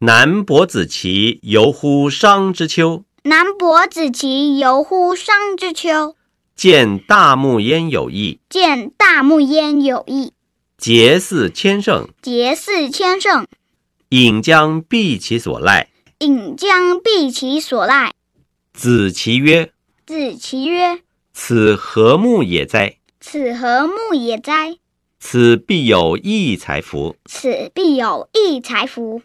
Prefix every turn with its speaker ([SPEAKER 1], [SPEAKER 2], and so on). [SPEAKER 1] 南伯子綦游乎商之丘，
[SPEAKER 2] 南伯子綦游乎商之丘，
[SPEAKER 1] 见大木焉有异，
[SPEAKER 2] 见大木焉有异，
[SPEAKER 1] 桀驷千乘，
[SPEAKER 2] 桀驷千乘，
[SPEAKER 1] 饮将避其所赖。
[SPEAKER 2] 饮将避其所赖。
[SPEAKER 1] 子其曰
[SPEAKER 2] 子其曰：“
[SPEAKER 1] 此何木也哉？：“
[SPEAKER 2] 此何木也哉？
[SPEAKER 1] 此必有异才夫。”
[SPEAKER 2] 此必有异才夫。”